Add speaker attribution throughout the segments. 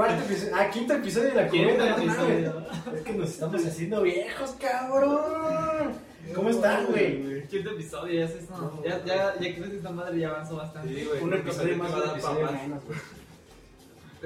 Speaker 1: Ah, quinto episodio de la
Speaker 2: Quinto
Speaker 1: cubeta. no
Speaker 2: episodio.
Speaker 1: mames. Es que nos estamos haciendo viejos, cabrón. ¿Cómo están, güey?
Speaker 2: Quinto episodio, ya es eso.
Speaker 1: No,
Speaker 2: ya, ya, ya creo que esta madre ya avanzó bastante.
Speaker 3: Sí, güey.
Speaker 1: Un episodio
Speaker 2: Creo que
Speaker 1: más,
Speaker 2: va a
Speaker 1: un
Speaker 2: dar
Speaker 1: episodio
Speaker 2: pa' más.
Speaker 1: menos, güey.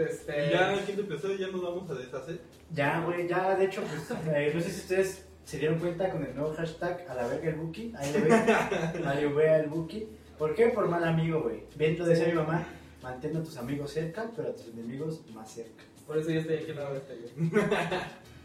Speaker 2: Este.
Speaker 3: Ya en el quinto episodio ya nos vamos a deshacer.
Speaker 1: Ya, güey, ya, de hecho, pues, eh, no sé si ustedes se dieron cuenta con el nuevo hashtag a la verga el Buki. Ahí le ve, ahí le ve al Buki. ¿Por qué? Por mal amigo, güey. Bien lo decía mi mamá, mantén a tus amigos cerca, pero a tus enemigos más cerca.
Speaker 2: Por eso yo estoy aquí para verte, güey.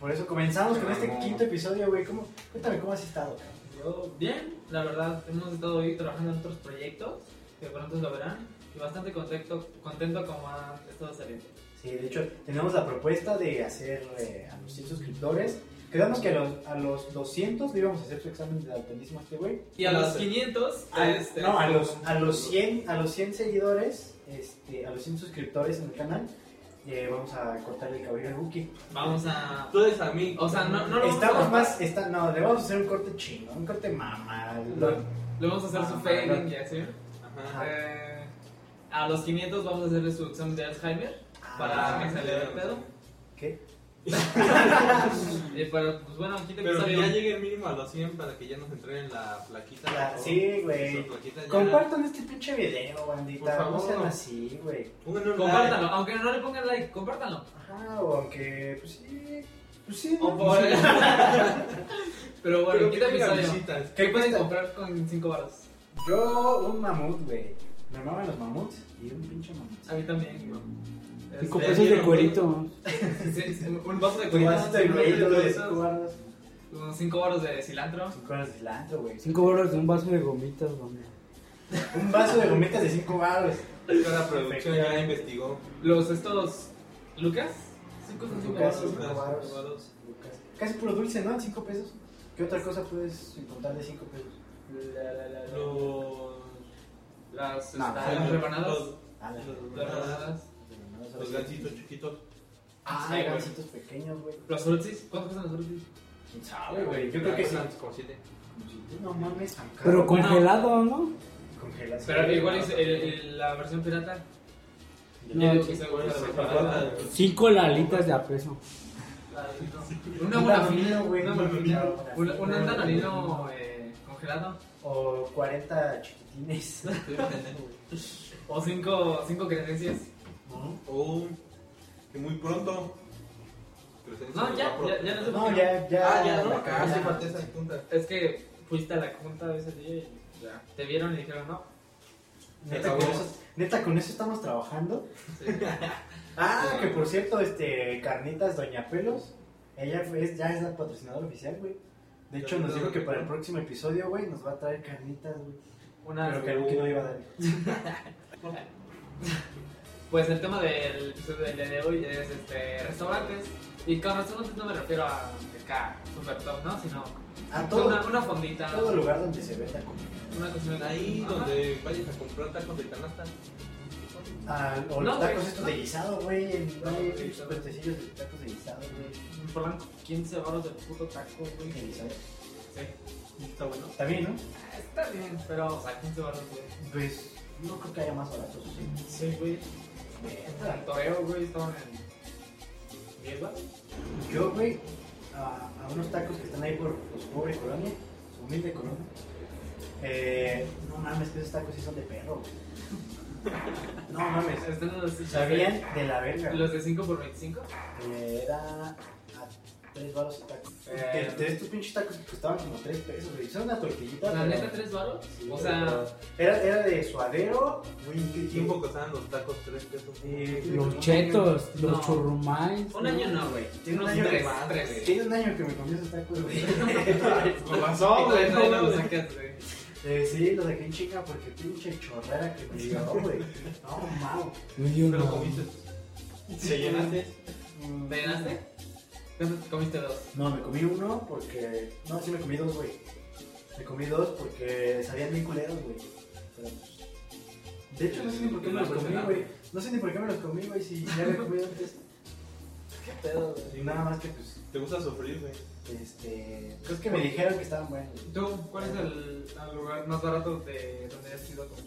Speaker 1: Por eso comenzamos con este
Speaker 3: Vamos.
Speaker 1: quinto episodio, güey. ¿Cómo? Cuéntame, ¿cómo has estado, cabrón?
Speaker 2: Yo, bien, la verdad, hemos estado hoy trabajando en otros proyectos que pronto lo verán. Y bastante contento, contento como ha estado saliendo.
Speaker 1: Sí, de hecho, tenemos la propuesta de hacer eh, a los 100 suscriptores. Quedamos que a los, a los 200 le íbamos a hacer su examen de daltonismo a este güey.
Speaker 2: Y a
Speaker 3: ¿Cómo
Speaker 2: los
Speaker 3: hace?
Speaker 2: 500,
Speaker 1: A-
Speaker 2: este,
Speaker 1: no, a los, a, los 100, a los 100 seguidores, este, a los 100 suscriptores en el canal, eh, vamos a cortarle el cabello al Buki.
Speaker 2: vamos a.
Speaker 3: Tú eres a mí.
Speaker 2: O sea, no, no lo vamos
Speaker 1: Estamos
Speaker 2: a-
Speaker 1: más, está, no, le vamos a hacer un corte chino, un corte mamá.
Speaker 2: Le vamos a hacer
Speaker 1: Ah,
Speaker 2: su fading
Speaker 1: perdón.
Speaker 2: y así.
Speaker 3: Ajá.
Speaker 1: Ajá.
Speaker 2: Eh, a los 500 vamos a hacerle su examen de Alzheimer para
Speaker 1: Ah,
Speaker 2: que se le dé el pedo.
Speaker 1: ¿Qué?
Speaker 2: Y para, pues bueno, aquí te
Speaker 3: Pero que
Speaker 2: salió.
Speaker 3: ya llegue mínimo a los 100 para que ya nos entreguen la plaquita.
Speaker 1: La-
Speaker 3: por favor.
Speaker 1: sí, güey.
Speaker 3: Su plaquita ya.
Speaker 1: Compartan este pinche video, bandita.
Speaker 3: Por favor.
Speaker 1: No sean así, güey.
Speaker 3: Pónganle un like.
Speaker 2: Compártanlo, aunque no le pongan like, compártanlo.
Speaker 1: Ajá, o aunque, pues sí, pues sí.
Speaker 2: O
Speaker 1: ¿no?
Speaker 2: por- Oh, Pero bueno,
Speaker 3: Pero
Speaker 2: aquí
Speaker 3: que
Speaker 2: te
Speaker 3: tenga
Speaker 2: salió.
Speaker 3: visitas.
Speaker 2: ¿Qué pueden
Speaker 1: cuesta?
Speaker 2: comprar con 5 baros?
Speaker 1: Yo, un mamut, güey. Me maman los mamuts y un pinche mamut.
Speaker 2: A mí también. ¿no?
Speaker 4: Cinco
Speaker 2: Este,
Speaker 4: pesos de
Speaker 2: ¿no?
Speaker 4: cuerito.
Speaker 2: Sí, sí, un vaso de
Speaker 1: Tu
Speaker 2: cuerito.
Speaker 1: vasito de
Speaker 2: cinco
Speaker 1: cuello,
Speaker 2: baros de
Speaker 1: güey.
Speaker 2: esos,
Speaker 1: Cinco baros.
Speaker 2: unos Cinco baros de cilantro.
Speaker 1: Cinco baros de cilantro, güey.
Speaker 4: Cinco bolas de un vaso de gomitas, hombre.
Speaker 1: Un vaso de gomitas de cinco baros.
Speaker 3: La producción ya investigó.
Speaker 2: Los estos. ¿Lucas? Cinco son cinco
Speaker 1: Lucas,
Speaker 2: baros.
Speaker 1: cinco
Speaker 2: ¿no?
Speaker 1: baros.
Speaker 2: Cinco baros.
Speaker 1: Lucas. Casi puro dulce, ¿no? Cinco pesos. ¿Qué otra cosa puedes encontrar de cinco pesos?
Speaker 2: La- la- la- la-
Speaker 3: Los.
Speaker 2: Las
Speaker 1: No,
Speaker 2: estas,
Speaker 1: Ah,
Speaker 2: las
Speaker 3: los-
Speaker 2: rebanadas.
Speaker 3: los-
Speaker 1: Ala.
Speaker 3: Los
Speaker 2: Las
Speaker 3: rebanadas.
Speaker 2: rebanadas.
Speaker 3: Los gansitos chiquitos.
Speaker 1: Ah,
Speaker 2: Sí, güey.
Speaker 1: gansitos pequeños, güey.
Speaker 2: Los frutsis. ¿Cuánto cuestan los frutsis?
Speaker 1: ¿Quién sabe, güey? Yo creo que sí.
Speaker 3: Están como siete.
Speaker 1: Como si tú No mames, tan caro.
Speaker 4: Pero congelado, ¿no?
Speaker 1: Congelas.
Speaker 2: Pero igual es eh, el- el- la versión pirata.
Speaker 4: No,
Speaker 2: Yo digo
Speaker 4: sí.
Speaker 2: que sea buena la versión pirata.
Speaker 3: Los-
Speaker 4: Cinco lalitas de a peso.
Speaker 2: Una
Speaker 1: Un
Speaker 2: bonafina,
Speaker 1: danonino, güey.
Speaker 2: güey. Una
Speaker 1: Un
Speaker 2: bonafina.
Speaker 1: danonino.
Speaker 2: Un un danonino eh, congelado.
Speaker 1: O 40 chiquitines.
Speaker 2: O cinco, cinco creencias.
Speaker 1: ¿No?
Speaker 3: Oh, que muy pronto.
Speaker 2: No, ya, ya, ya no sé por
Speaker 1: No,
Speaker 2: qué.
Speaker 1: ya, ya.
Speaker 3: Ah, ya, no,
Speaker 1: ya.
Speaker 3: acá hace falta esa punta.
Speaker 2: Es que fuiste a la junta de ese día y
Speaker 3: Ya.
Speaker 2: te vieron y dijeron no.
Speaker 1: Neta, con eso, neta, con eso estamos trabajando.
Speaker 2: Sí.
Speaker 1: Ah, que por cierto, este, Carnitas Doña Pelos, ella fue- es- ya es la patrocinadora oficial, güey. De hecho, nos dijo que para el próximo episodio, güey, nos va a traer carnitas, güey.
Speaker 2: Una,
Speaker 1: Pero que Luki no iba a dar.
Speaker 2: Pues el tema del episodio del día de hoy es este, restaurantes. Y con restaurantes no me refiero a acá, super top, ¿no? Sino
Speaker 1: A
Speaker 2: una,
Speaker 1: todo,
Speaker 2: una fondita,
Speaker 1: todo lugar donde se venda comida.
Speaker 2: una cocina.
Speaker 3: Ahí
Speaker 2: Ajá.
Speaker 3: donde vayas a comprar tacos de canasta.
Speaker 1: Ah, o
Speaker 2: No,
Speaker 1: los tacos
Speaker 2: güey,
Speaker 1: estos
Speaker 2: no.
Speaker 1: de guisado, güey. en-
Speaker 2: Tacos
Speaker 1: Hay
Speaker 2: de
Speaker 1: pinches
Speaker 2: guisado.
Speaker 1: puestecillos de tacos de guisado, güey.
Speaker 2: Me Fueron 15 baros de puto taco, güey.
Speaker 1: De guisado.
Speaker 2: Sí.
Speaker 3: Está bueno.
Speaker 1: Está bien, ¿no?
Speaker 2: Ah, Está bien, pero, o sea, 15 baros, güey.
Speaker 1: Pues, no creo que haya más baratos, sí.
Speaker 2: Sí, güey. Hasta el toreo, güey, estaban en 10 baros.
Speaker 1: Pues Yo, güey, a, a unos tacos que están ahí por los pobres Colombia, su humilde Colombia. Eh, no mames, que esos tacos sí son de perro, güey. No mames.
Speaker 2: Están en los
Speaker 1: Sabían de la verga. güey.
Speaker 2: Los de 5 por 25.
Speaker 1: Eh, Era a tres baros el taco.
Speaker 2: Eh,
Speaker 1: de, de estos pinches tacos que costaban como tres pesos, güey. Son una tortillita.
Speaker 2: La
Speaker 1: pero-
Speaker 2: neta, 3 baros.
Speaker 1: Sí,
Speaker 2: O sea,
Speaker 1: Era, era de suadero, güey,
Speaker 3: ¿Qué
Speaker 1: qué
Speaker 3: tiempo costaban los tacos? ¿Tres pesos?
Speaker 1: Eh,
Speaker 4: Los chetos, los
Speaker 2: No.
Speaker 4: churrumais.
Speaker 2: un año no, güey.
Speaker 1: Tiene un
Speaker 2: Unos
Speaker 1: año que
Speaker 2: tres,
Speaker 3: más,
Speaker 2: tres,
Speaker 3: güey.
Speaker 1: Tiene un año que me comí esos tacos, güey.
Speaker 3: Lo pasó, güey.
Speaker 2: No, no, no, sácate.
Speaker 1: Eh, sí, lo dejé en chica porque pinche chorrera que me dio, güey. No, mau.
Speaker 4: Me dio
Speaker 3: Pero
Speaker 4: una-
Speaker 3: comiste. ¿Te llenaste?
Speaker 1: Mm,
Speaker 2: ¿Te llenaste? ¿Cuántos comiste dos?
Speaker 1: No, me comí uno porque... No, sí me comí dos, güey. Me comí dos porque sabían bien culeros, güey. Pero, pues, De hecho, no sé ni por qué me los comí, güey. No sé ni por qué me los comí, güey, si ya había comido antes.
Speaker 2: ¿Qué pedo,
Speaker 1: Y nada más que, pues,
Speaker 3: ¿Te gusta sufrir, güey?
Speaker 1: este... Pues que me dijeron que estaban buenos.
Speaker 2: ¿Tú cuál es el, el lugar más barato de donde has ido a comer?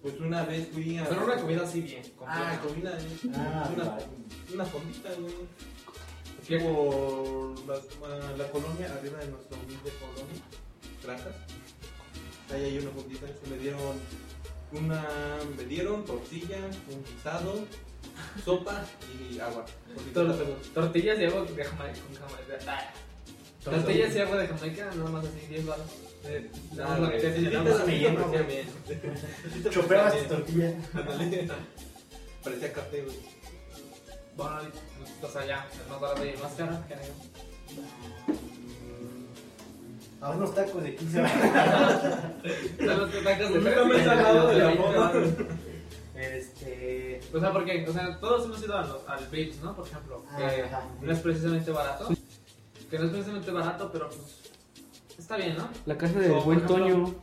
Speaker 3: Pues una vez fui a.
Speaker 2: Pero una comida así bien.
Speaker 3: Ah,
Speaker 2: completa.
Speaker 3: comida, eh.
Speaker 1: Ah,
Speaker 3: una,
Speaker 1: vale.
Speaker 3: una fondita, güey. Aquí por la, ah, la colonia, arriba de nuestra humilde colonia, Caracas. Ahí hay una fondita que me dieron una. Me dieron tortilla, un guisado, sopa y agua. Porque
Speaker 2: Tor-
Speaker 3: estaba-
Speaker 2: tortillas y agua de Jamaica. Con Jamaica. Ah. Tortillas y agua de Jamaica, nada más así, 10 balas. Eh, nada más
Speaker 3: Ah,
Speaker 2: lo que te
Speaker 3: güey.
Speaker 2: hacen, nada
Speaker 3: Sí,
Speaker 2: más
Speaker 3: te
Speaker 2: me
Speaker 3: la
Speaker 2: lleno,
Speaker 3: hacía
Speaker 2: güey.
Speaker 3: bien. Sí te
Speaker 1: Chopeabas
Speaker 3: hacía
Speaker 1: tus tortillas.
Speaker 3: Ándale. Parecía café, güey.
Speaker 2: Bueno, y- pues, o sea, ya, es más barato y más caro. que hay.
Speaker 1: A unos tacos de 15 baros.
Speaker 2: Son los tacos de
Speaker 3: Nunca
Speaker 2: tres,
Speaker 3: me he
Speaker 2: sí,
Speaker 3: salado de la
Speaker 2: 20
Speaker 3: boca.
Speaker 2: balas.
Speaker 1: Este.
Speaker 2: O sea, porque, o sea, todos hemos ido al, al Babes, ¿no? Por ejemplo, que
Speaker 1: Ajá.
Speaker 2: no es precisamente barato. Que no es precisamente barato, pero pues está bien, ¿no?
Speaker 4: La casa del
Speaker 2: Como,
Speaker 4: buen
Speaker 2: por ejemplo,
Speaker 4: Toño.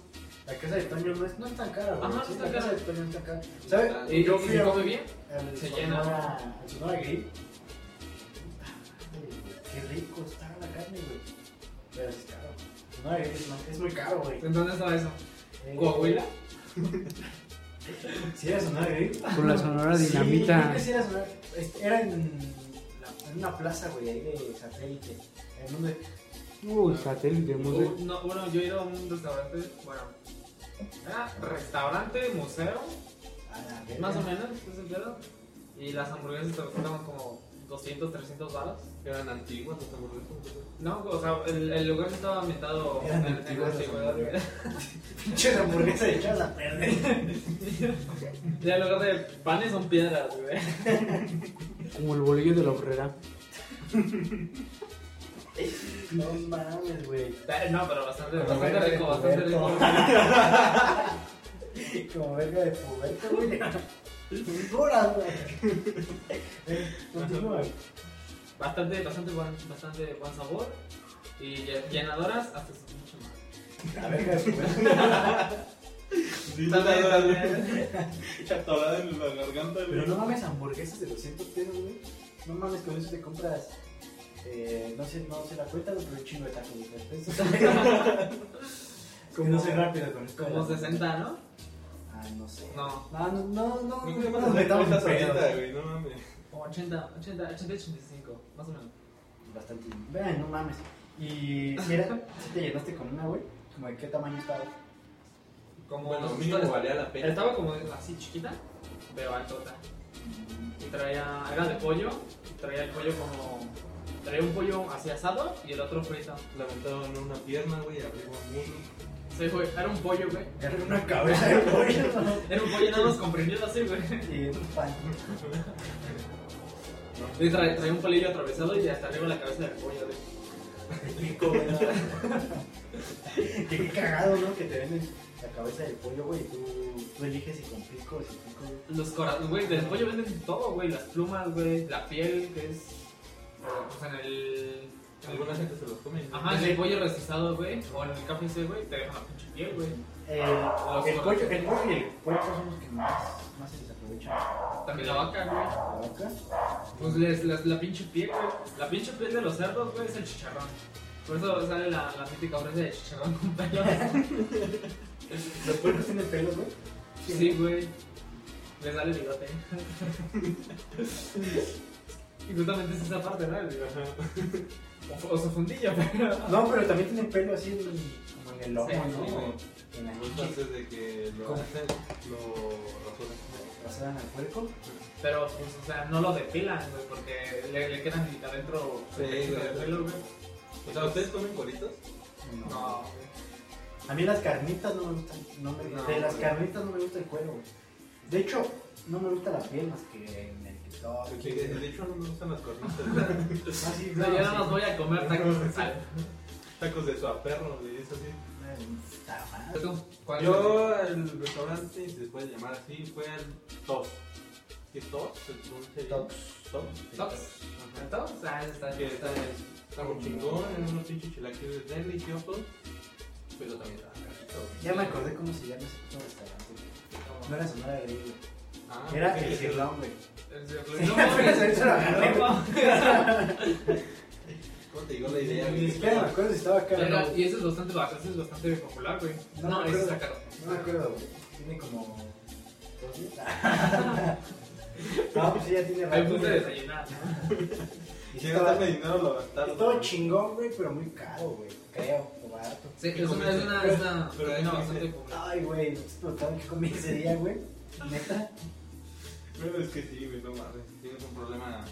Speaker 1: La casa de Toño no es, no es tan cara, güey.
Speaker 2: Ajá, no
Speaker 1: Sí,
Speaker 2: es
Speaker 1: la
Speaker 2: tan
Speaker 1: casa
Speaker 2: cara.
Speaker 1: de Toño no es tan cara.
Speaker 3: Ah,
Speaker 1: ¿Sabes?
Speaker 2: Y
Speaker 1: Yo
Speaker 2: y
Speaker 1: fui
Speaker 2: se
Speaker 1: a
Speaker 2: come bien.
Speaker 1: al
Speaker 2: se
Speaker 1: Sonora-
Speaker 2: llena.
Speaker 1: al Sonora Grill. Qué rico está la carne, güey. Pero es caro. Sonora Grill es, más- es muy caro, güey.
Speaker 2: Entonces estaba eso.
Speaker 1: Eh,
Speaker 2: Coahuila.
Speaker 1: Sí, era Sonora Grill.
Speaker 4: Con la Sonora
Speaker 1: Sí, creo
Speaker 4: Dinamita.
Speaker 1: que sí era Sonora- este, Era en, la- en una plaza, güey, ahí de satélite. En donde.
Speaker 4: Uh, satélite,
Speaker 2: Uh,
Speaker 4: museo.
Speaker 2: no, bueno, yo he ido a un restaurante, bueno, era restaurante, museo,
Speaker 1: a la verga.
Speaker 2: más o menos, ese pedo. Y las hamburguesas te costaban como 200, 300 balas.
Speaker 3: Eran antiguas los hamburguesas.
Speaker 2: No, o sea, el, el lugar estaba ambientado en,
Speaker 1: Eran
Speaker 2: en la
Speaker 1: antiguas las
Speaker 2: antigüedad. güey.
Speaker 1: Pinche hamburguesa de echada a perder.
Speaker 2: Y el lugar de panes son piedras, güey.
Speaker 4: Como el bolillo de la obrera.
Speaker 1: No mames, güey.
Speaker 2: Eh, No, pero bastante,
Speaker 1: Como
Speaker 2: bastante
Speaker 1: verga de
Speaker 3: pues,
Speaker 2: rico, bastante rico.
Speaker 1: puberto. Como verga de puberto, güey. Dura, güey. Eh, Continúa.
Speaker 2: Bastante, bastante buen, bastante buen sabor. Y lle- llenadoras hasta su mucho más.
Speaker 1: La verga de puberto.
Speaker 3: Sí, Atorada en la garganta,
Speaker 1: Pero no mames, hamburguesas de 200 pesos, güey. No mames, con eso te compras. Eh, no sé, no sé la cuenta, güey, pero un chingo de tacos de 3 pesos. Como no soy rápido con esto.
Speaker 2: Como 60, ¿no?
Speaker 1: Ah, no sé.
Speaker 2: No,
Speaker 1: No, no, no, no.
Speaker 3: No
Speaker 1: nos metamos en pedos.
Speaker 3: güey, no mames.
Speaker 2: como 80, 80, 80, 85, más o menos.
Speaker 1: Bastante. Vean, no mames. Y si, era, si te llenaste con una, güey, como de qué tamaño estaba.
Speaker 2: Como
Speaker 3: Bueno,
Speaker 2: los
Speaker 3: mínimo
Speaker 2: pistones.
Speaker 3: valía la pena.
Speaker 2: Estaba como así chiquita, pero altota. Y traía, era de pollo, y traía el pollo como, traía un pollo así asado y el otro frito.
Speaker 3: Lamentaron una pierna, güey, abrimos uno.
Speaker 2: Sí, güey, era un pollo, güey.
Speaker 1: Era una cabeza de pollo.
Speaker 2: Era un pollo nada más comprimido así, güey.
Speaker 1: Y un pan.
Speaker 2: Y trae, trae un palillo atravesado y hasta arriba la cabeza del pollo, güey.
Speaker 1: Pico, güey. Qué cagado, ¿no? Que te venden la cabeza del pollo, güey. y Tú, tú eliges si con pico o sin pico. güey.
Speaker 2: Los corazones, güey, del pollo venden todo, güey. Las plumas, güey, la piel, que es. eh, Pues en el. en el-
Speaker 3: Alguna gente se los come. ¿no?
Speaker 2: Ajá, en el pollo resistado, güey. O en el café, güey, te dejan la pinche piel, güey.
Speaker 1: El, el pollo, el pollo y el puerco son los que más, más se desaprovechan.
Speaker 2: También la vaca, güey.
Speaker 1: La vaca.
Speaker 2: Pues les, les- la pinche piel, güey. La pinche piel de los cerdos, güey, es el chicharrón. Por eso sale la, la mítica frase de chicharrón con pelos.
Speaker 1: Los puercos tienen pelos, güey.
Speaker 2: Sí, güey. Le sale el bigote. y justamente es esa parte, ¿no? El bigote.
Speaker 3: Ajá.
Speaker 2: O, o su fundilla, pero.
Speaker 1: No, pero también tienen pelo así en- como en el ojo,
Speaker 2: Sí,
Speaker 1: ¿no?
Speaker 2: sí, güey.
Speaker 1: En la
Speaker 3: Muchas
Speaker 1: chichi.
Speaker 3: veces de que lo
Speaker 1: ¿Cómo?
Speaker 3: hacen, lo rasuran.
Speaker 1: Pasaban al puerco.
Speaker 2: Pero, pues, o sea, no lo depilan, güey, porque le, le quedan adentro
Speaker 3: Sí, güey.
Speaker 2: el pelo, güey.
Speaker 3: O sea, ¿ustedes comen colitos?
Speaker 2: No,
Speaker 1: A mí las carnitas no me gustan. No me,
Speaker 2: No,
Speaker 1: de las
Speaker 3: güey.
Speaker 1: carnitas no me gusta el cuero, güey. De hecho, no me gusta la piel más que en el
Speaker 2: Ah,
Speaker 1: TikTok.
Speaker 3: De que- de hecho, no me gustan las cornitas. güey.
Speaker 1: Ah, sí,
Speaker 2: güey. No, yo nada
Speaker 1: sí.
Speaker 2: más voy a comer tacos de sal.
Speaker 3: Tacos de suaperro, güey, es así.
Speaker 1: Ay, puta madre.
Speaker 2: ¿Tú? ¿Cuál
Speaker 3: Yo al restaurante, si se puede llamar así, fue al Tops. ¿Qué Tops? ¿Se pronuncia bien?
Speaker 1: Tops.
Speaker 3: Tops.
Speaker 2: Tops.
Speaker 3: Ajá.
Speaker 2: ¿Cantó? O sea, está
Speaker 3: que
Speaker 2: está-
Speaker 3: está, está muy chingón, eran unos pinches chilaquiles deliciosos, pero también ah, estaba carito.
Speaker 1: Ya me acordé cómo se llama ese puto restaurante. güey. No era Sonora Grill, güey.
Speaker 3: Ah,
Speaker 1: Era
Speaker 3: pensé
Speaker 1: el
Speaker 3: que-
Speaker 1: Cirlón, güey.
Speaker 2: No mames,
Speaker 1: Eso lo agarré,
Speaker 2: no
Speaker 1: güey.
Speaker 2: mames.
Speaker 3: ¿Cómo te digo la idea?
Speaker 1: Ni siquiera me acuerdo si estaba acá. o
Speaker 2: Verga,
Speaker 1: no.
Speaker 2: Y eso es bastante, barato, eso es bastante popular, güey.
Speaker 1: No
Speaker 2: No,
Speaker 1: me
Speaker 2: es
Speaker 1: acuerdo.
Speaker 2: sacado.
Speaker 1: No me acuerdo, güey. Tiene como esposos. no, pues ella tiene
Speaker 2: Ahí puse
Speaker 1: güey.
Speaker 2: desayunar, ¿no?
Speaker 1: Y sí
Speaker 3: Si
Speaker 1: estaba-
Speaker 3: gastarme dinero, lo gastaba.
Speaker 1: Estaba chingón, güey, pero muy caro, güey. Creo, o barato.
Speaker 2: Sí, es una, es una, es una
Speaker 3: Pero-
Speaker 2: cadena bastante popular.
Speaker 1: Ay, güey, no explotaron que comí ese día, güey. Neta.
Speaker 3: Pero es que sí, güey, no mames. si Tienes un problema.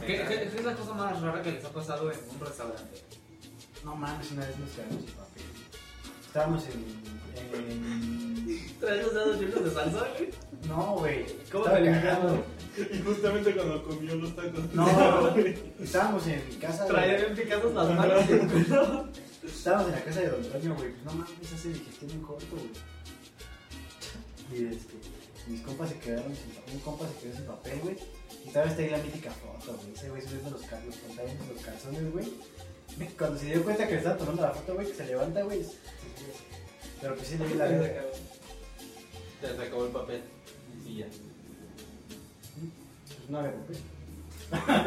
Speaker 2: ¿Qué, qué, qué es la cosa más rara que les ha pasado en un restaurante?
Speaker 1: No mames, una vez nos quedamos sin papel. Estábamos en. en...
Speaker 2: ¿Traes los dedos llenos de salsa, güey?
Speaker 1: No, güey.
Speaker 2: ¿Cómo
Speaker 1: Estaba
Speaker 2: te
Speaker 1: cagado.
Speaker 3: Y justamente cuando comió los tacos.
Speaker 1: No, estábamos en casa de.
Speaker 2: Traía bien picadas las manos.
Speaker 1: Estábamos en la casa de Don Toño, güey. Pues no mames, hace digestión en corto, güey. Y este, mis compas se quedaron sin papel. Un compa se quedó sin papel, güey. Y todavía está ahí la mítica foto, güey. Ese güey subiendo los cal- los pantalones, los calzones, güey. Ve, Cuando se dio cuenta que le estaba tomando la foto, güey, que se levanta, güey. se- se- Pero pues sí le vi la vida.
Speaker 3: Ya se acabó el papel. Y ya.
Speaker 1: Pues no había papel.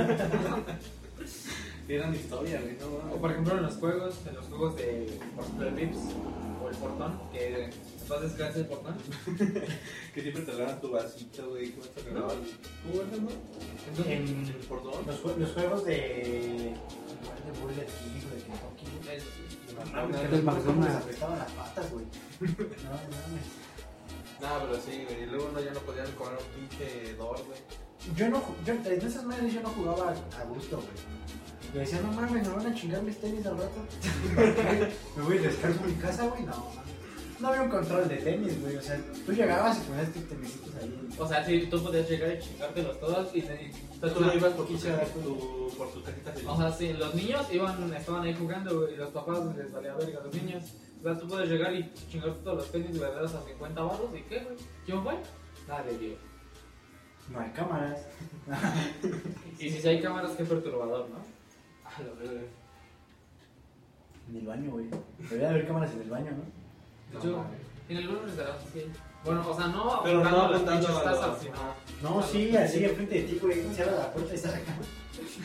Speaker 3: Tienen historia, güey, no
Speaker 2: O por ejemplo en los juegos, en los juegos de, por ejemplo, el Vips o el Portón, que en paz descanse el Portón.
Speaker 3: Que siempre te lavan tu vasito, güey. ¿Cómo te
Speaker 2: No.
Speaker 3: regalaban? ¿Tú guardas, no?
Speaker 2: Entonces,
Speaker 1: En
Speaker 3: ¿El portón?
Speaker 1: los, jue- los juegos de. igual de Burger King o de Kentucky, güey.
Speaker 2: eso sí.
Speaker 1: Ah, No mames, que
Speaker 4: Del
Speaker 1: los McDonald's
Speaker 4: McDonald's.
Speaker 1: les apretaban las patas, güey. No mames.
Speaker 3: No, pero sí, güey. Y luego no, ya no podían comer un pinche dor, güey.
Speaker 1: Yo no, ju- yo, en esas madres yo no jugaba a gusto, güey. Le decía, no mames, me van a chingar mis tenis al rato. me voy y descargo mi casa, güey, no mames. No había un control de tenis, güey. O sea, tú llegabas y ponías tus tenisitos ahí.
Speaker 2: O sea, si tú podías llegar y chingártelos todos y te,
Speaker 3: Entonces tú
Speaker 2: una-
Speaker 3: no ibas por tu,
Speaker 2: quince horas.
Speaker 3: tu- por tu cajita feliz.
Speaker 2: O sea, sí, los niños iban, estaban ahí jugando güey, y los papás les valía verga a los niños. O sea, tú puedes llegar y chingarte todos los tenis y venderlos a 50 barros y qué, güey. ¿Quién fue? Nadie, vio.
Speaker 1: No hay cámaras.
Speaker 2: Y si hay cámaras, qué perturbador, ¿no? A la verga.
Speaker 1: En el baño, güey. Debería haber cámaras en el baño, ¿no?
Speaker 2: De
Speaker 3: No
Speaker 2: hecho,
Speaker 3: mames.
Speaker 2: en algunos restaurantes sí. Bueno, o sea, no
Speaker 3: Pero no
Speaker 2: las
Speaker 3: apuntando
Speaker 2: pinches
Speaker 3: a los-
Speaker 2: tazas, sino.
Speaker 1: No, sí, así enfrente de ti, güey. Cierra la puerta y está la cámara.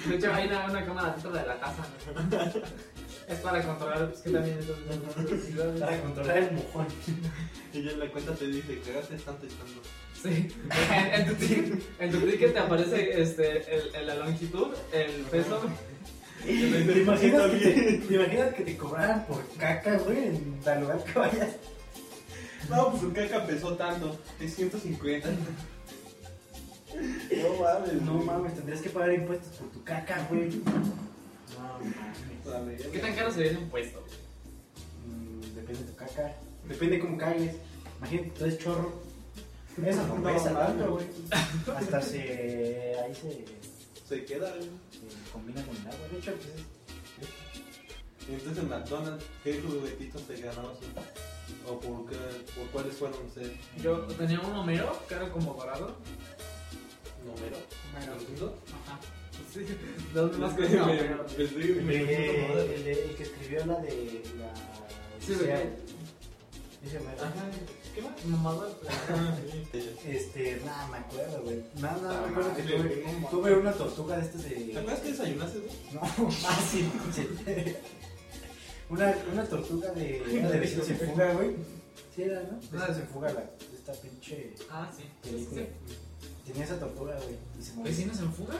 Speaker 2: De hecho, hay una, una cámara dentro de la taza. ¿no? es para controlar, pues que también es donde
Speaker 1: Para controlar el mojón.
Speaker 3: Y ya en la cuenta te dice, cagaste tanto y tanto.
Speaker 2: Sí. En, en tu ticket, en tu ticket te aparece este, el, el- la longitud, el peso.
Speaker 1: ¿Te imaginas, que te, te imaginas que te cobraran por caca, güey, en tal lugar que vayas?
Speaker 3: No, pues un caca pesó tanto. Es 150. No mames,
Speaker 1: No mames, tendrías que pagar impuestos por tu caca, güey. No mames.
Speaker 3: Dale, ya
Speaker 2: ¿Qué
Speaker 3: me-
Speaker 2: tan caro sería un puesto?
Speaker 1: Mm, Depende de tu caca. Depende de cómo cagues. Imagínate, tú eres chorro. Eso no
Speaker 3: No,
Speaker 1: pesa
Speaker 3: no,
Speaker 1: tanto,
Speaker 3: no.
Speaker 1: güey. Hasta se. ahí se,
Speaker 3: Se queda, güey.
Speaker 1: se combina con el agua. De hecho, pues es-
Speaker 3: Y entonces en McDonald's, ¿qué juguetitos te ganabas? ¿O por, qué, por cuáles fueron ustedes?
Speaker 2: Yo tenía un Homero, que era como dorado.
Speaker 3: ¿Número?
Speaker 2: Homero.
Speaker 3: ¿Número?
Speaker 2: Ajá. Sí. ¿Dónde más
Speaker 3: Más
Speaker 2: que
Speaker 3: que
Speaker 2: no,
Speaker 3: me,
Speaker 2: Homero.
Speaker 3: me estoy
Speaker 1: el,
Speaker 3: me estoy incomodando.
Speaker 1: de- el de- el que escribió la de. la.
Speaker 2: Sí,
Speaker 1: Odisea.
Speaker 2: güey.
Speaker 1: Ese güey.
Speaker 3: Ajá, ¿qué más?
Speaker 2: Mamada.
Speaker 3: Ah, sí.
Speaker 1: Este, nada, me acuerdo, güey. Nada, nada, me
Speaker 3: Ah,
Speaker 1: acuerdo que
Speaker 3: sí,
Speaker 1: tuve,
Speaker 3: no,
Speaker 1: tuve una tortuga de estas de.
Speaker 3: ¿Te acuerdas que desayunaste, güey?
Speaker 1: No, fácil. una, una tortuga de, era de vecinos en fuga, güey. Sí, era, ¿no? Vecinos en fuga, la, esta pinche
Speaker 2: Ah, sí. Sí, sí,
Speaker 1: película.
Speaker 2: sí.
Speaker 1: Tenía esa tortuga, güey. Y se movía.
Speaker 2: ¿Vecinos en fuga?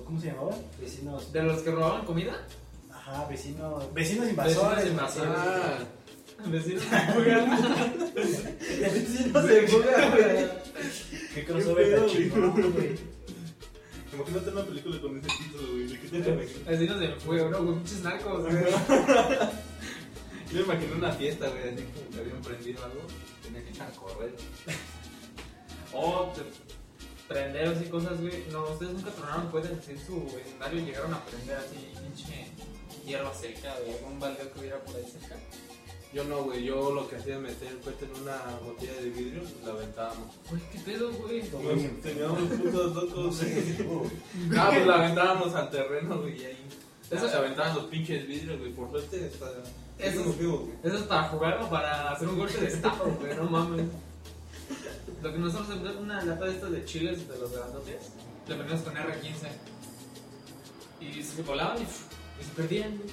Speaker 1: ¿O ¿Cómo se llamaba? Vecinos.
Speaker 2: ¿De los que robaban comida?
Speaker 1: Ajá, vecinos. Vecinos invasores.
Speaker 2: Vecinos invasores.
Speaker 3: Ah,
Speaker 2: Vecinos en fuga.
Speaker 1: Vecinos en fuga, güey. Qué crossover tan
Speaker 3: Qué pedo,
Speaker 1: chingón, güey.
Speaker 3: imagínate una película con ese título, güey. ¿De qué te imaginas?
Speaker 2: Vecinos en fuego, ¿no? Con pinches narcos, güey.
Speaker 3: Yo me imaginé una fiesta, güey, así como que habían prendido algo, tenía que echar a correr.
Speaker 2: O te- prenderos y cosas, güey. No, ustedes nunca tronaron pueden decir su vecindario y llegaron a prender así, pinche hierba seca de algún baldeo que hubiera por ahí cerca.
Speaker 3: Yo no, güey, yo lo que hacía es meter el cohete en una botella de vidrio, la aventábamos.
Speaker 2: Güey, qué pedo, güey.
Speaker 1: Güey,
Speaker 3: Teníamos putos
Speaker 1: no
Speaker 3: locos, güey.
Speaker 1: sé, güey.
Speaker 3: Ah, pues la aventábamos al terreno, güey, y ahí.
Speaker 2: Eso-
Speaker 3: Eso se aventaban los pinches vidrios, güey, por suerte está.
Speaker 2: Eso-
Speaker 3: nos vivo, güey.
Speaker 2: Eso es para jugar o para hacer un golpe de estado, güey. No mames. Lo que nosotros hacemos es una lata de estas de chiles de los grandotes. Le poníamos con R15. Y se volaban y, pf, y se perdían, güey.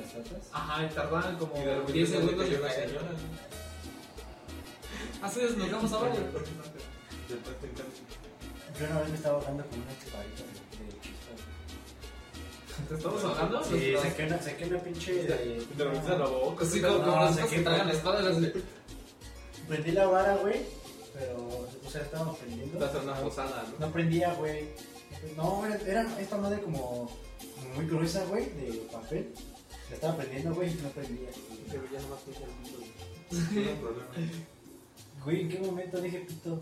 Speaker 1: ¿Las tatas?
Speaker 2: Ajá, y tardaban como
Speaker 3: Y de repente
Speaker 2: 10
Speaker 3: se
Speaker 2: segundos
Speaker 3: cayó
Speaker 2: en
Speaker 3: una
Speaker 2: caer.
Speaker 3: señora,
Speaker 2: Así desnudamos a varios.
Speaker 3: Después te encargo.
Speaker 1: Yo una vez me estaba ahogando con una chupadita de, de chispas.
Speaker 2: ¿Te estamos hablando?
Speaker 1: Sí,
Speaker 2: Los-
Speaker 1: saqué una, saqué una pinche. De,
Speaker 3: Te lo metes a la boca.
Speaker 2: Así como, como
Speaker 1: No,
Speaker 2: los
Speaker 1: se
Speaker 2: hijos que
Speaker 1: quema.
Speaker 2: tragan la espada las de...
Speaker 1: prendí la vara, güey, pero, o sea, estábamos prendiendo.
Speaker 3: Estás en una posada, ¿no?
Speaker 1: No prendía, güey. No, era, era esta madre como, como muy gruesa, güey, de papel. La estaba prendiendo, güey, y no prendía.
Speaker 3: Pero ya nomás puse el pito, güey. No hay problema.
Speaker 1: Güey, ¿en qué momento dije pito?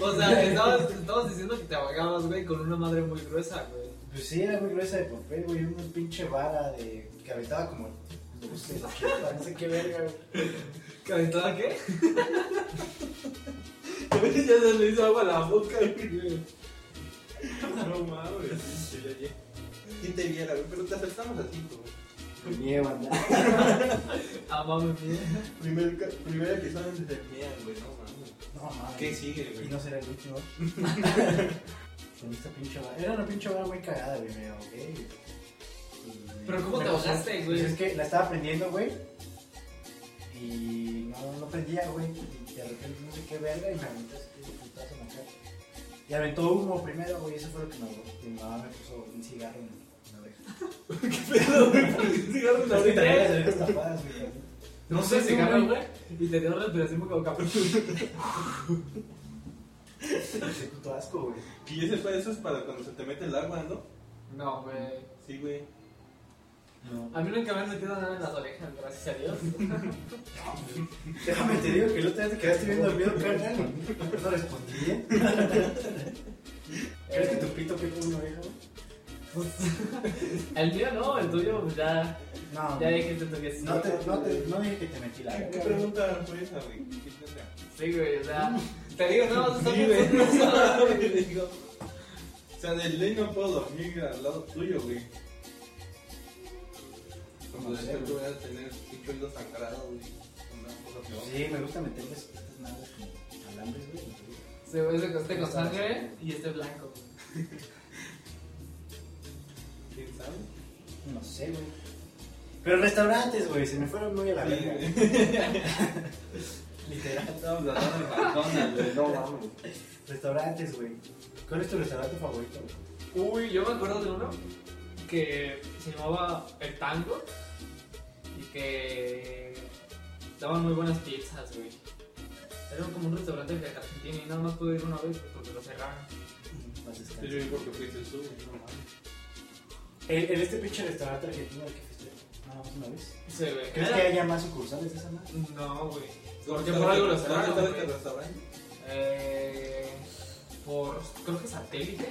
Speaker 2: O sea, estabas, estabas diciendo que te ahogabas, güey, con una madre muy gruesa, güey.
Speaker 1: Pues sí, era muy gruesa de papel, güey, una pinche vara de. que aventaba como. dulce, chispa, no sé qué verga, güey.
Speaker 2: ¿Que aventaba qué?
Speaker 3: A veces ya se le hizo agua a la boca, güey. No mames, sí, ya, ya. ¿Quién te viera, güey? Pero te acercamos a ti, güey.
Speaker 1: Me llevan, ¿no?
Speaker 2: Ah, mami, mía.
Speaker 3: Primer, ca- primer episodio antes del mía, güey, no mames.
Speaker 1: No mames.
Speaker 3: ¿Qué sigue,
Speaker 1: Y
Speaker 3: güey?
Speaker 1: no será el último. Con esta pinche vara. Era una pinche vara muy cagada, güey. Me ahogué. Y-
Speaker 2: Pero ¿cómo te
Speaker 1: Pues,
Speaker 2: ahogaste, güey?
Speaker 1: Pues es que la estaba prendiendo, güey. Y no, no prendía, güey. Y de repente no sé qué verga y me aventó así de putazo en la cara. Y aventó humo primero, güey. Eso fue lo que me ahogó. Y mi mamá me puso un cigarro en la oreja.
Speaker 3: pedo, güey? ¿Por qué cigarro en la
Speaker 1: Es que traía las
Speaker 3: oreja?
Speaker 1: orejas tapadas, güey.
Speaker 2: No sé, se agarró, güey. Y te dio respiración boca a boca.
Speaker 1: Qué puto asco, güey.
Speaker 3: Que yo sepa, eso es para cuando se te mete el agua, ¿no?
Speaker 2: No, güey.
Speaker 3: Sí, güey.
Speaker 1: No.
Speaker 2: A mí nunca me han metido nada en las orejas, gracias a Dios.
Speaker 1: Déjame te digo que el otro día te quedaste bien dormido, carnal. No respondí ¿eh? bien. ¿Crees que tu pito eh, pica una oreja?
Speaker 2: El mío no, el tuyo pues, ya,
Speaker 1: No,
Speaker 2: ya dijiste tú que sí.
Speaker 1: no, te, no, te, no dije que te metí la
Speaker 3: ¿Qué
Speaker 1: verga.
Speaker 3: qué pregunta fue esa, güey? ¿Qué pregunta?
Speaker 2: Sí, güey, o sea, te digo, no, vas a estar
Speaker 3: Sí,
Speaker 2: Ah, bien
Speaker 3: güey, no
Speaker 2: sorpresa.
Speaker 3: mames, le digo. O sea, de ley no puedo dormir al lado tuyo, güey. Como de ser, voy a tener un sueldo sangrado, güey. Una cosa que va.
Speaker 1: Sí, me gusta meterles estas madres como alambres, güey. me gusta.
Speaker 2: Se ve ese coste con sangre y este blanco.
Speaker 3: ¿Quién sabe?
Speaker 1: No sé, güey. Pero restaurantes, güey, se me fueron muy a la verga.
Speaker 3: Sí,
Speaker 1: Literal.
Speaker 3: Estamos hablando de McDonald's, güey. No mames.
Speaker 1: Restaurantes, güey. ¿Cuál es tu restaurante favorito? güey?
Speaker 2: Uy, yo me acuerdo de uno que se llamaba El Tango y que daban muy buenas pizzas, güey. Era como un restaurante de Argentina y nada más pude ir una vez porque lo cerraron.
Speaker 1: Más
Speaker 3: Yo
Speaker 1: descanso.
Speaker 3: digo porque fuiste tú, güey. No mames.
Speaker 1: El, el- este pinche restaurante argentino al que fuiste nada más una vez.
Speaker 2: Se ve.
Speaker 1: ¿Crees que haya más sucursales de esa madre?
Speaker 2: No, güey. Porque por algo lo
Speaker 3: ¿Dónde
Speaker 2: cerraron.
Speaker 3: está este
Speaker 2: güey.
Speaker 3: restaurante?
Speaker 2: Eh, por, creo que satélite.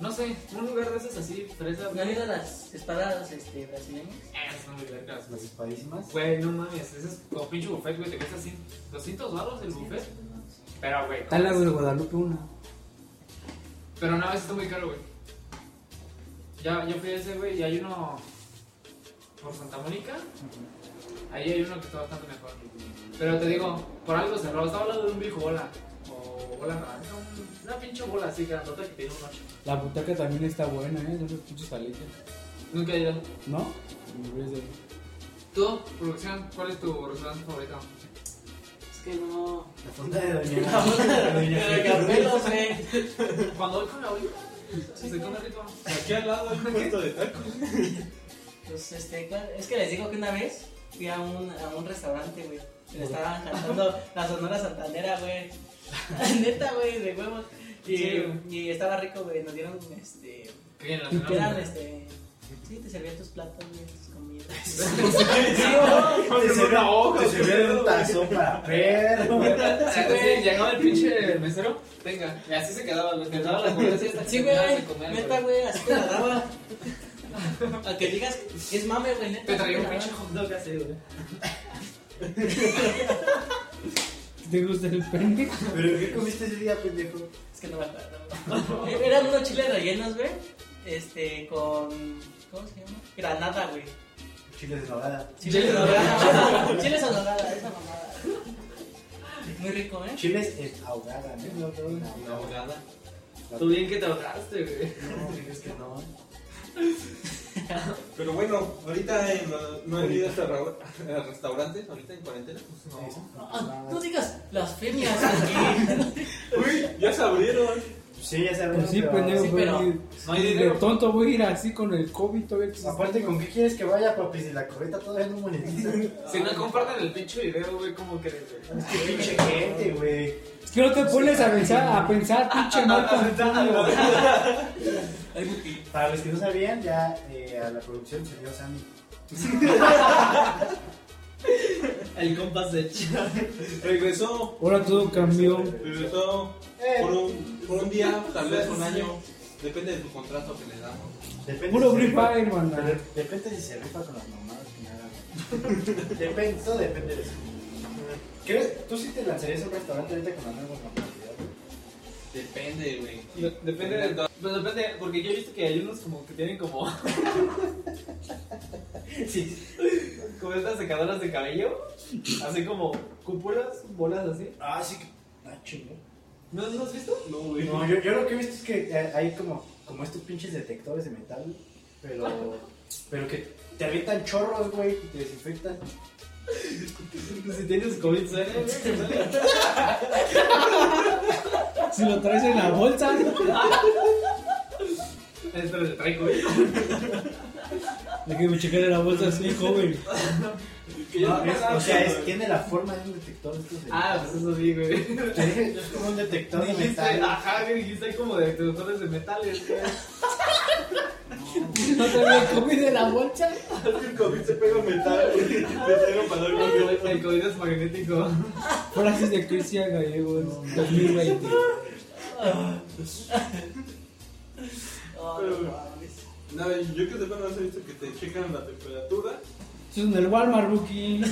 Speaker 2: No sé, un lugar de esos así, fresa,
Speaker 5: ¿No han
Speaker 2: güey.
Speaker 5: ido a las espadas este, brasileñas?
Speaker 2: Es muy vergas,
Speaker 1: Las
Speaker 2: güey.
Speaker 1: espadísimas.
Speaker 2: Güey, no mames, ese es como pinche buffet, güey. Te cuesta así 200 baros el buffet. Pero, güey.
Speaker 4: Está al lado de Guadalupe una.
Speaker 2: Pero una vez está muy caro, güey. Ya, yo fui a ese, güey, y hay uno por Santa Mónica. Ahí hay uno que está bastante mejor. Pero te digo, por algo cerrado. Estaba hablando de un viejo bola. O bola naranja. un- Una pinche bola así, grandota que tiene un 8.
Speaker 4: La butaca también está buena, ¿eh? De esos pinches salitas.
Speaker 2: Nunca he ido.
Speaker 4: ¿No? En vez de-
Speaker 2: ¿Tú, producción, cuál es tu restaurante favorito?
Speaker 5: Es que no.
Speaker 1: La fonda de Doña.
Speaker 5: Pero Carmelo, güey.
Speaker 2: Cuando voy con la abuelita, se come rico.
Speaker 3: Aquí al lado hay un puesto de tacos.
Speaker 5: Pues, este, ¿cuál? es que les digo que una vez fui a un, a un restaurante, güey. y Le estaban cantando la Sonora Santanera, güey. Neta, güey, de huevos. Y,
Speaker 2: Sí, güey. Ah,
Speaker 5: y estaba rico, güey. Nos dieron, este.
Speaker 2: ¿Qué en la
Speaker 5: Que eran,
Speaker 2: cena?
Speaker 5: este. Sí, te servían tus platos, güey, tus comidas.
Speaker 1: Te
Speaker 3: Con una
Speaker 1: sirvieron- te
Speaker 3: hoja, güey.
Speaker 1: sirvieron un tazo para perro.
Speaker 2: Sí, güey, llegaba el pinche mesero. Tenga. Y así se quedaba, güey. Te daba la comida así hasta que
Speaker 5: Sí,
Speaker 2: terminabas
Speaker 5: güey,
Speaker 2: de comer,
Speaker 5: neta, güey, así te la daba. A que digas, es mame, güey, neta.
Speaker 2: Te traía un
Speaker 5: la
Speaker 2: pinche
Speaker 5: daba.
Speaker 2: hot dog así, güey.
Speaker 4: ¿Te gusta el pene?
Speaker 1: ¿Pero qué comiste ese día, pendejo?
Speaker 5: Es que no me acuerdo. güey. Eran unos chiles rellenos, güey. Este, con. ¿Cómo se llama? Granada, güey.
Speaker 1: Chiles de nogada.
Speaker 5: Chiles
Speaker 2: Chile.
Speaker 5: adorada. Chiles adorada, esa mamada. Muy rico, ¿eh?
Speaker 1: Chiles en ahogada, ¿no? No,
Speaker 3: Una abogada.
Speaker 2: Tú bien que te ahogaste, güey.
Speaker 1: No, dices que no.
Speaker 3: Pero bueno, ahorita en la- no he ido a este restau- a restaurantes, ahorita en cuarentena. pues, no.
Speaker 5: Ah, no digas blasfemias aquí.
Speaker 3: Uy, ya se abrieron.
Speaker 1: Sí, ya sabemos.
Speaker 4: Pues sí,
Speaker 1: pero-
Speaker 4: pendejo,
Speaker 5: sí,
Speaker 4: pero.
Speaker 5: pero
Speaker 2: no hay
Speaker 4: de
Speaker 2: dinero.
Speaker 4: tonto voy a ir así con el COVID todavía existe.
Speaker 1: Aparte, ¿con qué quieres que vaya, papi? Si la correta todavía no monetiza.
Speaker 2: Si no comparten el pinche video, güey, ¿cómo creen, güey?
Speaker 1: Es que pinche gente, güey.
Speaker 4: Es que no te pones a pensar, a pensar, pinche Marco Antonio.
Speaker 5: Ay, Buki.
Speaker 1: Para los que no sabían, ya eh, a la producción se dio Sammy.
Speaker 5: El compás de chica.
Speaker 3: Regresó,
Speaker 4: Ahora todo cambió.
Speaker 3: regresó
Speaker 1: Eh,
Speaker 3: por un, por un día, tal vez un año. Depende de tu contrato que le damos.
Speaker 1: depende
Speaker 4: Puro
Speaker 1: si
Speaker 4: Free
Speaker 1: se rifa-
Speaker 4: Fire, man.
Speaker 1: pero Depende si se rifa con las mamadas que me hagan. Depende, todo depende de eso. ¿Crees- ¿Tú sí te lanzarías a un restaurante ahorita con la nueva normalidad?
Speaker 3: Depende, güey.
Speaker 2: Depende del. Pues depende, porque yo he visto que hay unos como que tienen como. sí. Como estas secadoras de cabello. Así como cúpulas, bolas así.
Speaker 1: Ah, sí que. Ah, chingón.
Speaker 2: ¿No los has visto?
Speaker 3: No, güey.
Speaker 1: No, yo, yo lo que he visto es que eh, hay como, como estos pinches detectores de metal, pero, pero que te avientan chorros, güey, y te desinfectan.
Speaker 2: Si tienes COVID, suena, güey, suena.
Speaker 4: Si lo traes en la bolsa,
Speaker 2: Esto se trae COVID.
Speaker 4: le que me checar en la bolsa así, joven.
Speaker 2: Que yo
Speaker 1: No,
Speaker 2: no
Speaker 1: es-
Speaker 2: pensaba,
Speaker 1: o sea, es-
Speaker 2: güey.
Speaker 1: tiene la forma de un detector. estos de-
Speaker 2: Ah, pues eso sí, güey.
Speaker 1: Te dije, es como un detector de
Speaker 2: Dijiste, ah.
Speaker 1: metal.
Speaker 2: ajá, güey, dijiste hay como detectores de metales, güey.
Speaker 4: No te había comido en la bolsa.
Speaker 3: El COVID se pega metal, güey. Me traigo para dar
Speaker 2: El COVID- El COVID es magnético.
Speaker 4: Frases de Cristian Gallegos 2020.
Speaker 5: Oh, no mames.
Speaker 3: Nada, yo que sepa no has visto que te checan la temperatura.
Speaker 4: Eso es en el Walmart, rookie.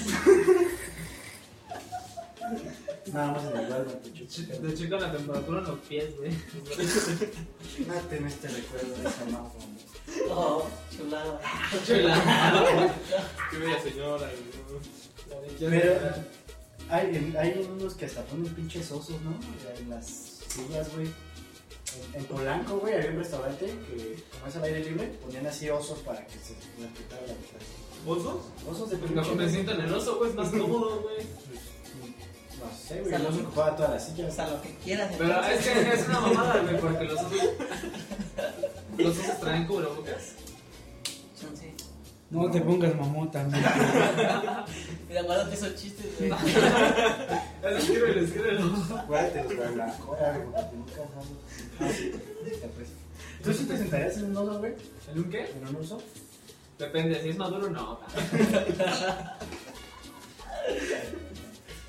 Speaker 1: Nada más en el Walmart, te chupas.
Speaker 2: Te checan la temperatura en los pies, güey.
Speaker 1: No tenés este recuerdo de esa mafo.
Speaker 5: Oh, chulada.
Speaker 2: Chula.
Speaker 3: Qué bella señora, güey.
Speaker 1: Pero hay, en- hay en unos que hasta ponen pinches osos, ¿no? En las sillas, güey. En- En Polanco, güey, había un restaurante que, como es al aire libre, ponían así osos para que se respetara la distancia.
Speaker 3: ¿Osos?
Speaker 1: Osos de
Speaker 2: No,
Speaker 1: peluche.
Speaker 2: me siento en el oso, güey, es más cómodo, güey.
Speaker 1: No sé, güey, el oso ocupaba todas las sillas.
Speaker 5: Hasta lo que quieras.
Speaker 2: Pero es
Speaker 5: entonces.
Speaker 2: que es una mamada, güey, porque los osos. Los osos traen cubrebocas.
Speaker 5: Chance.
Speaker 4: No te pongas mamón también.
Speaker 5: Mira, guárdate esos chistes, güey.
Speaker 2: Escríbelo, escríbelo.
Speaker 1: Acuérdate de la blancura, güey, porque nunca sabes. Te aprecio. ¿Tú sí te sentarías en un oso, güey?
Speaker 2: ¿El un qué?
Speaker 1: ¿En un oso?
Speaker 2: Depende, si es maduro no.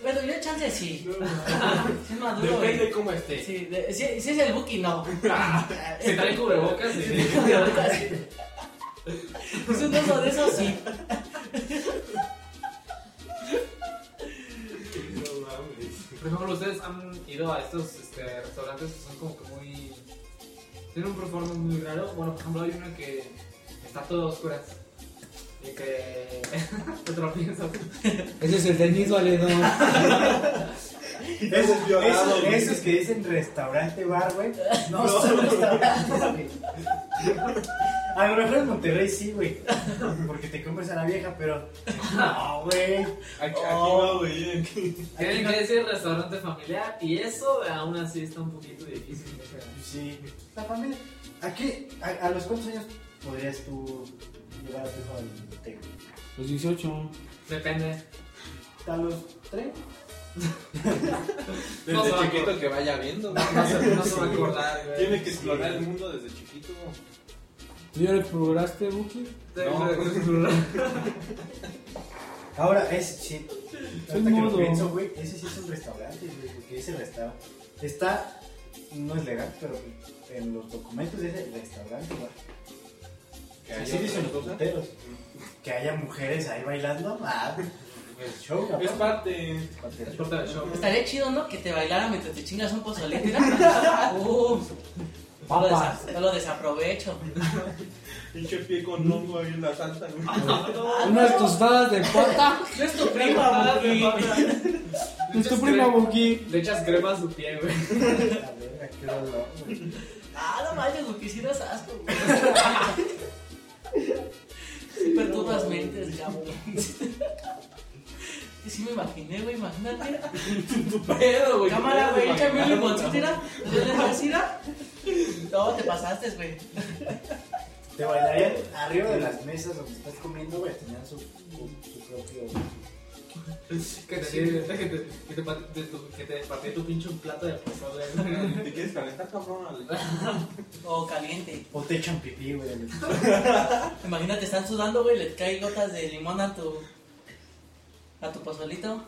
Speaker 5: Bueno, yo chance sí. Sí es maduro, güey.
Speaker 3: Depende cómo esté.
Speaker 5: Sí, de- si, si es el Buki, no.
Speaker 2: Si trae cubrebocas,
Speaker 5: Sí,
Speaker 2: sí.
Speaker 5: de verdad, sí. Es Pues un oso de esos, sí.
Speaker 3: No mames.
Speaker 2: Por ejemplo, ustedes han ido a estos este, restaurantes que son como que muy. Tienen un performance muy raro. Bueno, por ejemplo, hay uno que está todo a oscuras. Y que. te tropiezas.
Speaker 4: Ese es el de Nido Aledón.
Speaker 1: Esos,
Speaker 3: violado,
Speaker 1: esos,
Speaker 3: güey.
Speaker 1: esos que dicen restaurante bar, güey. No, son restaurantes, güey. A lo mejor en Monterrey sí, güey. Porque te compras a la vieja, pero. No, güey.
Speaker 3: Aquí, aquí va,
Speaker 5: Oh.
Speaker 3: güey. aquí.
Speaker 2: Tienen que decir restaurante familiar. Y eso aún así está un poquito difícil.
Speaker 1: Sí. La familia. ¿A qué? ¿A, a los cuántos años podrías tú llevar a tu hijo al tec?
Speaker 4: Los 18.
Speaker 2: Depende.
Speaker 1: ¿A los tres?
Speaker 3: Desde
Speaker 2: No se va a
Speaker 3: chiquito
Speaker 2: acordar.
Speaker 3: que vaya viendo. güey.
Speaker 2: No se, no se va a acordar, güey.
Speaker 3: Tiene que explorar el mundo desde chiquito.
Speaker 4: ¿Tú ya lo exploraste, Buki?
Speaker 2: No.
Speaker 1: Ahora, ese sí.
Speaker 4: Soy
Speaker 1: Ahorita que lo
Speaker 4: mudo.
Speaker 1: pienso, güey, ese sí es un restaurante, güey, porque ese restaurante está, no es legal, pero en los documentos dice restaurante, güey.
Speaker 3: Que
Speaker 1: Así dicen los
Speaker 3: cosas.
Speaker 1: puteros. Que haya mujeres ahí bailando, ah, el show, capaz.
Speaker 3: Es parte.
Speaker 1: Parte del
Speaker 2: Es
Speaker 1: show.
Speaker 2: parte del show.
Speaker 5: Estaría chido, ¿no? Que te bailara mientras te chingas un pozolete. ¿no? Uh, no, lo
Speaker 4: Papas.
Speaker 5: desa- no lo desaprovecho.
Speaker 3: Pinche pie con hongo ahí en la salsa, güey.
Speaker 2: Ah,
Speaker 4: Unas tostadas de pata.
Speaker 5: No es tu prima, Buki.
Speaker 4: No es tu prima, Buki.
Speaker 2: Le echas crema a su pie, güey.
Speaker 1: A ver, ¿a qué hora lo hago, güey?
Speaker 5: Ah, no manches, Buki, si das asco. güey. Súper todas mentes, cabrón. Sí me imaginé, güey, imagínate.
Speaker 4: Tu pedo, güey.
Speaker 5: Cámara, güey, échame un
Speaker 4: Imagínate,
Speaker 5: limoncito, mira. ¿Te duele la sida? No, te pasaste, güey.
Speaker 1: Te bailarían arriba de las mesas donde estás comiendo, güey. Tenían su, su, su propio.
Speaker 2: Que te, que te, que te, pat- de tu- que te pateé tu pinche plato de pozole. ¿no?
Speaker 3: ¿Te quieres calentar, cabrón? Alex?
Speaker 5: O caliente.
Speaker 1: O te echan pipí, güey.
Speaker 5: Imagínate, están sudando, güey, le cae gotas de limón a tu. a tu pozolito.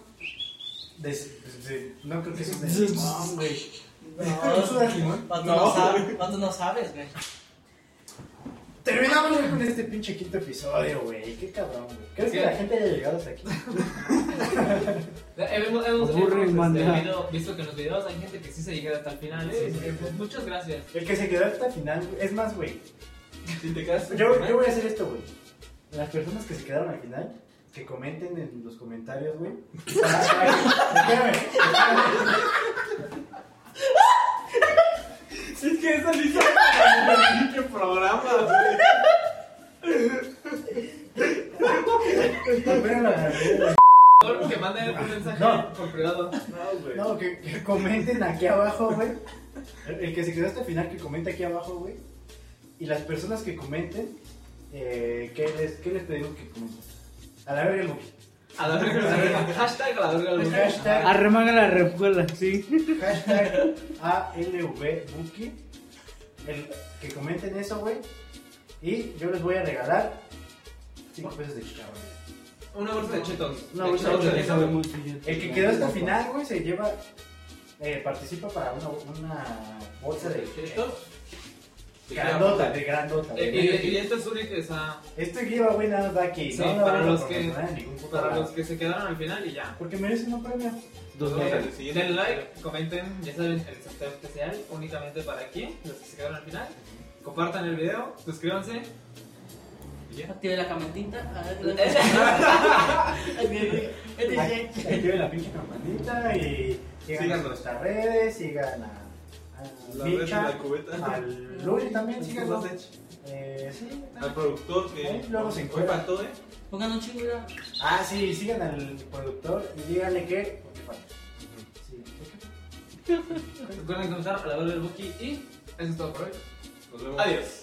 Speaker 1: Des- des- de- no creo que eso es de
Speaker 4: Des-
Speaker 1: limón, güey. ¿Tú
Speaker 5: No,
Speaker 1: sudas limón?
Speaker 5: vato,
Speaker 3: No,
Speaker 5: no, sabes, vato, no sabes, güey.
Speaker 1: Terminamos ya con este pinche quinto episodio, güey. Qué cabrón, güey. ¿Crees que
Speaker 2: Sí.
Speaker 1: la gente haya llegado hasta aquí?
Speaker 2: Hemos, hemos-
Speaker 4: Aburre,
Speaker 2: hemos, este,
Speaker 4: manda.
Speaker 2: visto- visto que en los videos hay gente que sí se llega hasta el final.
Speaker 1: Sí, sí,
Speaker 2: eh,
Speaker 1: sí.
Speaker 2: Muchas gracias.
Speaker 1: El que se quedó hasta el final, güey. Es más, güey.
Speaker 3: Si te quedas.
Speaker 1: Yo, yo voy a hacer esto, güey. Las personas que se quedaron al final, que comenten en los comentarios, güey. Espérame, espérame.
Speaker 3: Es que esa lista es el pinche programa, güey.
Speaker 1: Espérame.
Speaker 2: Por favor, Que manden un mensaje
Speaker 1: No.
Speaker 2: por privado.
Speaker 3: No, güey.
Speaker 1: No, que, que comenten aquí abajo, güey. El, el que se quedó hasta el final, que comente aquí abajo, güey. Y las personas que comenten, eh, ¿qué, les, ¿qué les pedimos que comenten? A la verga el buque.
Speaker 2: A la verga, a la verga. Hashtag a la verga. a la verga.
Speaker 1: Hashtag.
Speaker 4: Arremanga la repuela, sí.
Speaker 1: Hashtag ALVBookie. El que comenten eso, güey. Y yo les voy a regalar 5 pesos de chicharrón.
Speaker 2: Una bolsa de chetos.
Speaker 1: Una
Speaker 2: De
Speaker 1: bolsa
Speaker 2: chetos
Speaker 1: de
Speaker 2: de
Speaker 1: chetos.
Speaker 2: queso.
Speaker 1: El que quedó hasta el final, güey, se lleva. eh, participa para una, una bolsa de eh,
Speaker 2: Chetos.
Speaker 1: grandota, de grandota.
Speaker 2: Eh,
Speaker 1: güey.
Speaker 2: Y, y esta es única, o sea,
Speaker 1: Este giveaway nada más da aquí.
Speaker 2: Sí,
Speaker 1: no, no,
Speaker 2: para
Speaker 1: no,
Speaker 2: los
Speaker 1: no,
Speaker 2: que-
Speaker 1: no, no, en ningún puto
Speaker 2: para
Speaker 1: lado.
Speaker 2: los que se quedaron al final y ya.
Speaker 1: Porque merecen un premio.
Speaker 3: Nos vemos en el siguiente.
Speaker 2: Den like, comenten, ya saben, el sorteo especial únicamente para aquí, los que se quedaron al final. Compartan el video, suscríbanse. Y ya.
Speaker 5: Active la camentita. este,
Speaker 1: Activen la pinche campanita y sigan
Speaker 3: Síganos.
Speaker 1: nuestras redes, sigan a. a
Speaker 3: La red de
Speaker 1: Micha,
Speaker 3: la cubeta.
Speaker 1: Al Luri también, síganos.
Speaker 3: Al-
Speaker 1: Eh, sí.
Speaker 3: Al productor que.
Speaker 1: Ahí luego se
Speaker 3: Hoy
Speaker 1: encuentra.
Speaker 3: faltó, ¿eh?
Speaker 5: Pongan un chingo, mira.
Speaker 1: Ah, sí, sigan al productor y díganle que. Porque falta. Sí, ok.
Speaker 2: Recuerden comentar a la hora del Buki y eso es todo por hoy.
Speaker 3: Nos vemos.
Speaker 2: Adiós.